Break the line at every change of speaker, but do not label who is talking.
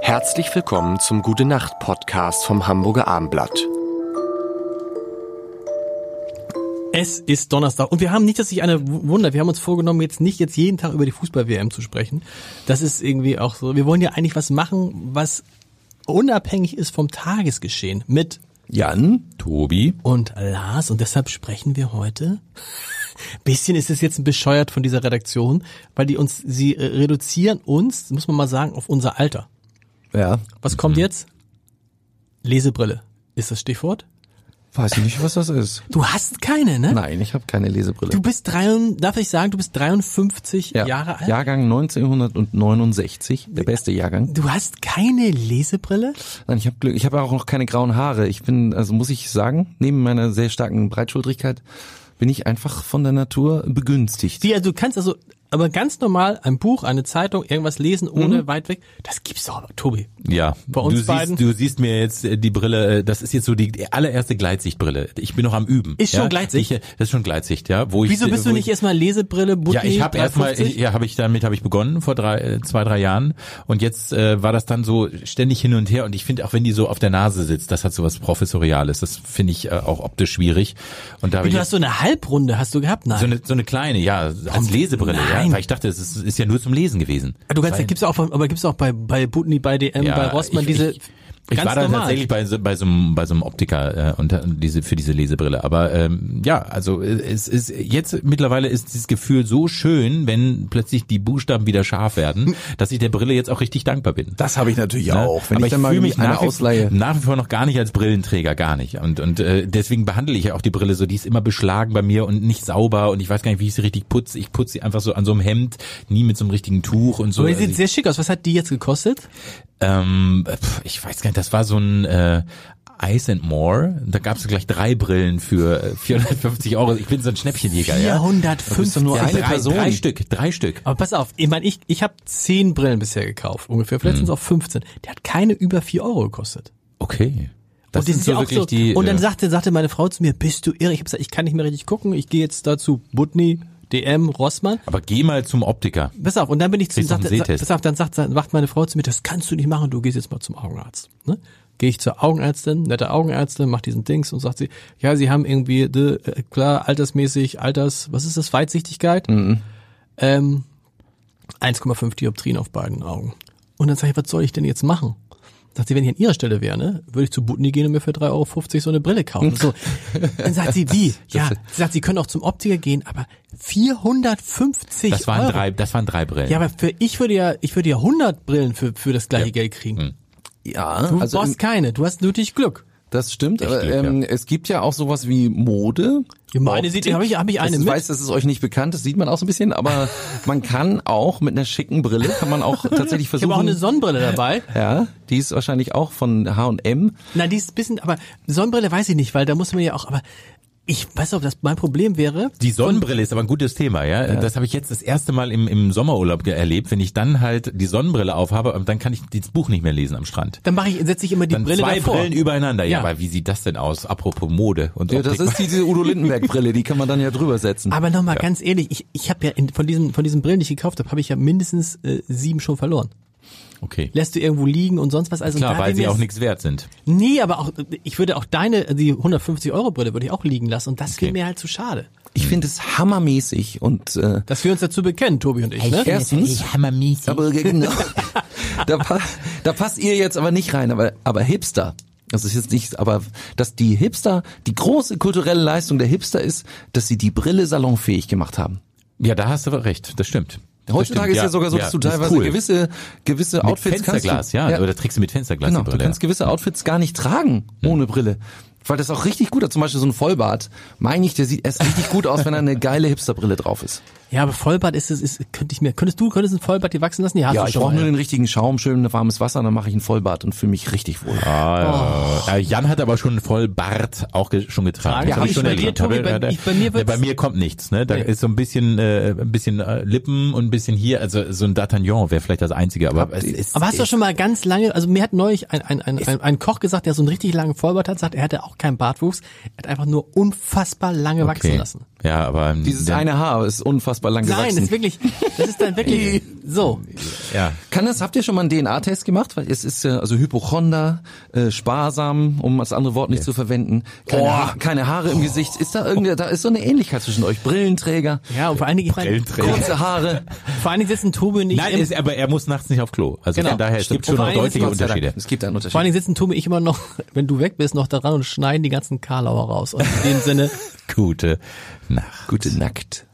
Herzlich willkommen zum Gute Nacht Podcast vom Hamburger Armblatt.
Es ist Donnerstag und wir haben nicht, dass sich einer w- wundert. Wir haben uns vorgenommen, jetzt nicht jetzt jeden Tag über die Fußball-WM zu sprechen. Das ist irgendwie auch so. Wir wollen ja eigentlich was machen, was unabhängig ist vom Tagesgeschehen mit
Jan, Tobi,
und Lars. Und deshalb sprechen wir heute. Bisschen ist es jetzt ein bescheuert von dieser Redaktion, weil die uns, sie äh, reduzieren uns, muss man mal sagen, auf unser Alter.
ja,
Was kommt
Mhm.
jetzt? Lesebrille. Ist das Stichwort?
weiß ich nicht, was das ist.
Du hast keine, ne?
Nein, ich habe keine Lesebrille.
Du bist drei, darf ich sagen, du bist 53
Ja.
Jahre alt?
Jahrgang 1969, der beste Jahrgang.
Du hast keine Lesebrille?
Nein, ich habe Glück, ich habe auch noch keine grauen Haare. Ich bin, also muss ich sagen, neben meiner sehr starken Breitschultrigkeit bin ich einfach von der Natur begünstigt.
Wie, also du kannst also, aber ganz normal ein Buch, eine Zeitung, irgendwas lesen,
Mhm.
ohne weit weg. Das gibt's doch, aber, Tobi.
Ja,
Bei uns
du,
beiden?
Siehst, du siehst mir jetzt äh, die Brille, äh, das ist jetzt so die allererste Gleitsichtbrille. Ich bin noch am Üben.
Ist schon
ja?
Gleitsicht?
Ich, äh, das ist schon Gleitsicht, ja. Wo
Wieso
ich, äh,
bist
wo
du nicht
ich,
erstmal Lesebrille, Butni,
ja, ich habe erstmal,
350?
ich- ja, habe ich damit habe ich begonnen vor drei, äh, zwei drei Jahren und jetzt äh, war das dann so ständig hin und her und ich finde auch wenn die so auf der Nase sitzt, das hat so was professoriales. Das finde ich äh, auch optisch schwierig und da habe
Wie,
ich
du hast so eine Halbrunde, hast du gehabt? Nein.
so eine so eine kleine, ja, als Lesebrille,
Nein.
ja, weil ich dachte, es ist, ist ja nur zum Lesen gewesen.
Ah, du kannst,
weil,
gibt's auch, von- aber gibt's auch bei, bei Butni, bei DM, bei Rossmann
ich-
diese,
Ich, ich
ganz
war da
normal.
tatsächlich bei so, bei so, einem, bei so einem Optiker äh, und äh, diese, für diese Lesebrille. Aber ähm, ja, also äh, es ist jetzt mittlerweile ist dieses Gefühl so schön, wenn plötzlich die Buchstaben wieder scharf werden, dass ich der Brille jetzt auch richtig dankbar bin. ne?
Das habe ich natürlich auch. Wenn
Aber
Ne? ich dann mal
fühle
mich eine
nach wie,
ausleihe.
nach wie vor noch gar nicht als Brillenträger, gar nicht. Und, und äh, deswegen behandle ich ja auch die Brille so, die ist immer beschlagen bei mir und nicht sauber und ich weiß gar nicht, wie ich sie richtig putze. Ich putze sie einfach so an so einem Hemd, nie mit so einem richtigen Tuch und so.
aber die
Also
sieht
ich-
sehr schick aus. Was hat die jetzt gekostet?
ähm, pf, ich weiß gar nicht, das war so ein äh, Ice and More. Da gab es gleich drei Brillen für äh, 450 Euro. Ich bin so ein Schnäppchenjäger, ja.
450.
Ja,
eine
drei,
Person.
Drei Stück, drei Stück.
Aber pass auf, ich meine, ich, ich habe zehn Brillen bisher gekauft, ungefähr. Vielleicht
Mhm.
sind's auch 15. Der hat keine über vier Euro gekostet.
Okay. Das
und die
sind so
ja auch
wirklich die.
Und dann
äh,
sagte, sagte meine Frau zu mir, bist du irre? Ich hab gesagt, ich kann nicht mehr richtig gucken. Ich gehe jetzt dazu Butni, DM, Rossmann.
aber geh mal zum Optiker.
Pass auf, und dann bin ich zu
Kriegst
sagte,
noch einen
sa-
Sehtest.
pass auf, dann sagt, macht meine Frau zu mir, das kannst du nicht machen, du gehst jetzt mal zum Augenarzt. Ne? Gehe ich zur Augenärztin, nette Augenärztin, macht diesen Dings und sagt sie, ja, sie haben irgendwie, de, äh, klar, altersmäßig, Alters, was ist das, Weitsichtigkeit?
Mhm.
Ähm, 1,5 Dioptrien auf beiden Augen. Und dann sage ich, was soll ich denn jetzt machen? Sagt sie, wenn ich an ihrer Stelle wäre, ne, würde ich zu Butni gehen und mir für 3,50 Euro so eine Brille kaufen. So. Dann sagt sie, wie? Ja, sie sagt, sie können auch zum Optiker gehen, aber 450
Das waren
Euro.
drei, das waren drei Brillen.
Ja, aber für ich würde ja, ich würde ja 100 Brillen für, für das gleiche
Ja. Hm.
Geld kriegen.
Ja,
Du
also
brauchst
in-
keine, du hast nötig Glück.
das stimmt. Aber,
Glück, ja.
ähm, Es gibt ja auch sowas wie Mode.
Ja, meine sieht- hab ich- hab ich eine
das,
mit.
Ich weiß, das ist euch nicht bekannt, das sieht man auch so ein bisschen, aber man kann auch mit einer schicken Brille, kann man auch tatsächlich
Ich habe auch
versuchen,
eine Sonnenbrille dabei.
Ja, die ist wahrscheinlich auch von H&M.
Na, die ist ein bisschen, aber Sonnenbrille weiß ich nicht, weil da muss man ja auch, aber ich weiß ob das mein Problem wäre.
Die Sonnenbrille ist aber ein gutes Thema, ja. Das habe ich jetzt das erste Mal im, im Sommerurlaub ge- erlebt, wenn ich dann halt die Sonnenbrille aufhabe, dann kann ich das Buch nicht mehr lesen am Strand.
Dann mache ich, setze ich immer die
Dann
Brille
zwei
davor.
Brillen übereinander. Ja,
Ja.
aber wie sieht das denn aus? Apropos Mode und
Ja, das
Optik.
ist die, diese Udo Lindenberg Brille, die kann man dann ja drüber setzen.
Aber nochmal mal ganz ehrlich, ich, ich habe ja in, von diesen von diesen Brillen, die ich gekauft habe, habe ich ja mindestens äh, sieben schon verloren.
Okay.
Lässt du irgendwo liegen und sonst was. Also
Klar,
da
weil
wäre
sie
mir
auch
es-
nichts wert sind.
Nee, aber auch ich würde auch deine die 150 Euro Brille würde ich auch liegen lassen und das wäre
Okay.
mir halt zu schade.
Ich finde es hammermäßig und äh,
Dass wir uns dazu bekennen, Tobi und ich. Ne?
erstens,
hammermäßig.
aber genau, da, pa da passt ihr jetzt aber nicht rein, aber aber Hipster. Das ist jetzt nicht, aber dass die Hipster, die große kulturelle Leistung der Hipster ist, dass sie die Brille salonfähig gemacht haben.
Ja, da hast du aber recht. Das stimmt. Das
Heutzutage
stimmt.
ist ja sogar so, dass du
ist
teilweise
cool.
gewisse gewisse
mit
Outfits
Fensterglas,
kannst du,
ja, Oder trägst du mit Fensterglas
Genau,
die
du
Brille.
kannst gewisse Outfits gar nicht tragen ohne Brille. Weil das auch richtig gut hat. Zum Beispiel so ein Vollbart, meine ich, der sieht erst richtig gut aus, wenn er eine geile Hipsterbrille drauf ist.
Ja, aber Vollbart ist es, ist, könnte ich mir, könntest du, könntest ein Vollbart dir wachsen lassen? Ja, hast du
Ja, Also ich
schon
brauche
mal,
nur den richtigen Schaum, schön warmes Wasser, dann mache ich einen Vollbart und fühle mich richtig wohl.
Ah, ja. Jan hat aber schon voll Bart auch ge schon
Frage,
getragen. Das hab
hab ich
schon
bei
erlebt.
dir, Tobi,
Hab ich-
bei-
hat er-
ich- bei mir wird's-
ja, bei mir kommt nichts. Ne? Da
Nee.
ist so ein bisschen, äh, ein bisschen äh, Lippen und ein bisschen hier. Also so ein D'Artagnan wäre vielleicht das Einzige. Aber es ist,
Aber hast du schon mal ganz lange, also mir hat neulich ein, ein, ein, ein, ein Koch gesagt, der so einen richtig langen Vollbart hat, sagt, er hatte auch keinen Bartwuchs, er hat einfach nur unfassbar lange wachsen
okay.
lassen.
Ja, aber ähm,
Dieses
der-
eine Haar ist unfassbar lang
Nein,
gewachsen.
ist wirklich, das ist dann wirklich so.
Ja.
Kann das, habt ihr schon mal einen DNA-Test gemacht? Weil es ist ja, also Hypochonder, äh, sparsam, um das andere Wort nicht zu verwenden. Keine, ha keine Haare im Gesicht. Ist da irgendwie, da ist so eine Ähnlichkeit zwischen euch. Brillenträger,
Ja, und vor allen Dingen, ich meine,
Brillenträger.
kurze Haare.
vor allen Dingen sitzen Tobi und ich
Nein,
im,
ist, aber er muss nachts nicht auf Klo. Also von daher es gibt
Stimmt.
schon
Wobei,
noch deutliche
Gott sei Dank,
Unterschiede.
Es gibt einen
vor allen
Unterschied.
Dingen sitzen Tobi und ich immer noch, wenn du weg bist, noch daran und schneiden die ganzen Karlauer raus. Und in dem Sinne,
Gute Nacht.
Gute Nackt.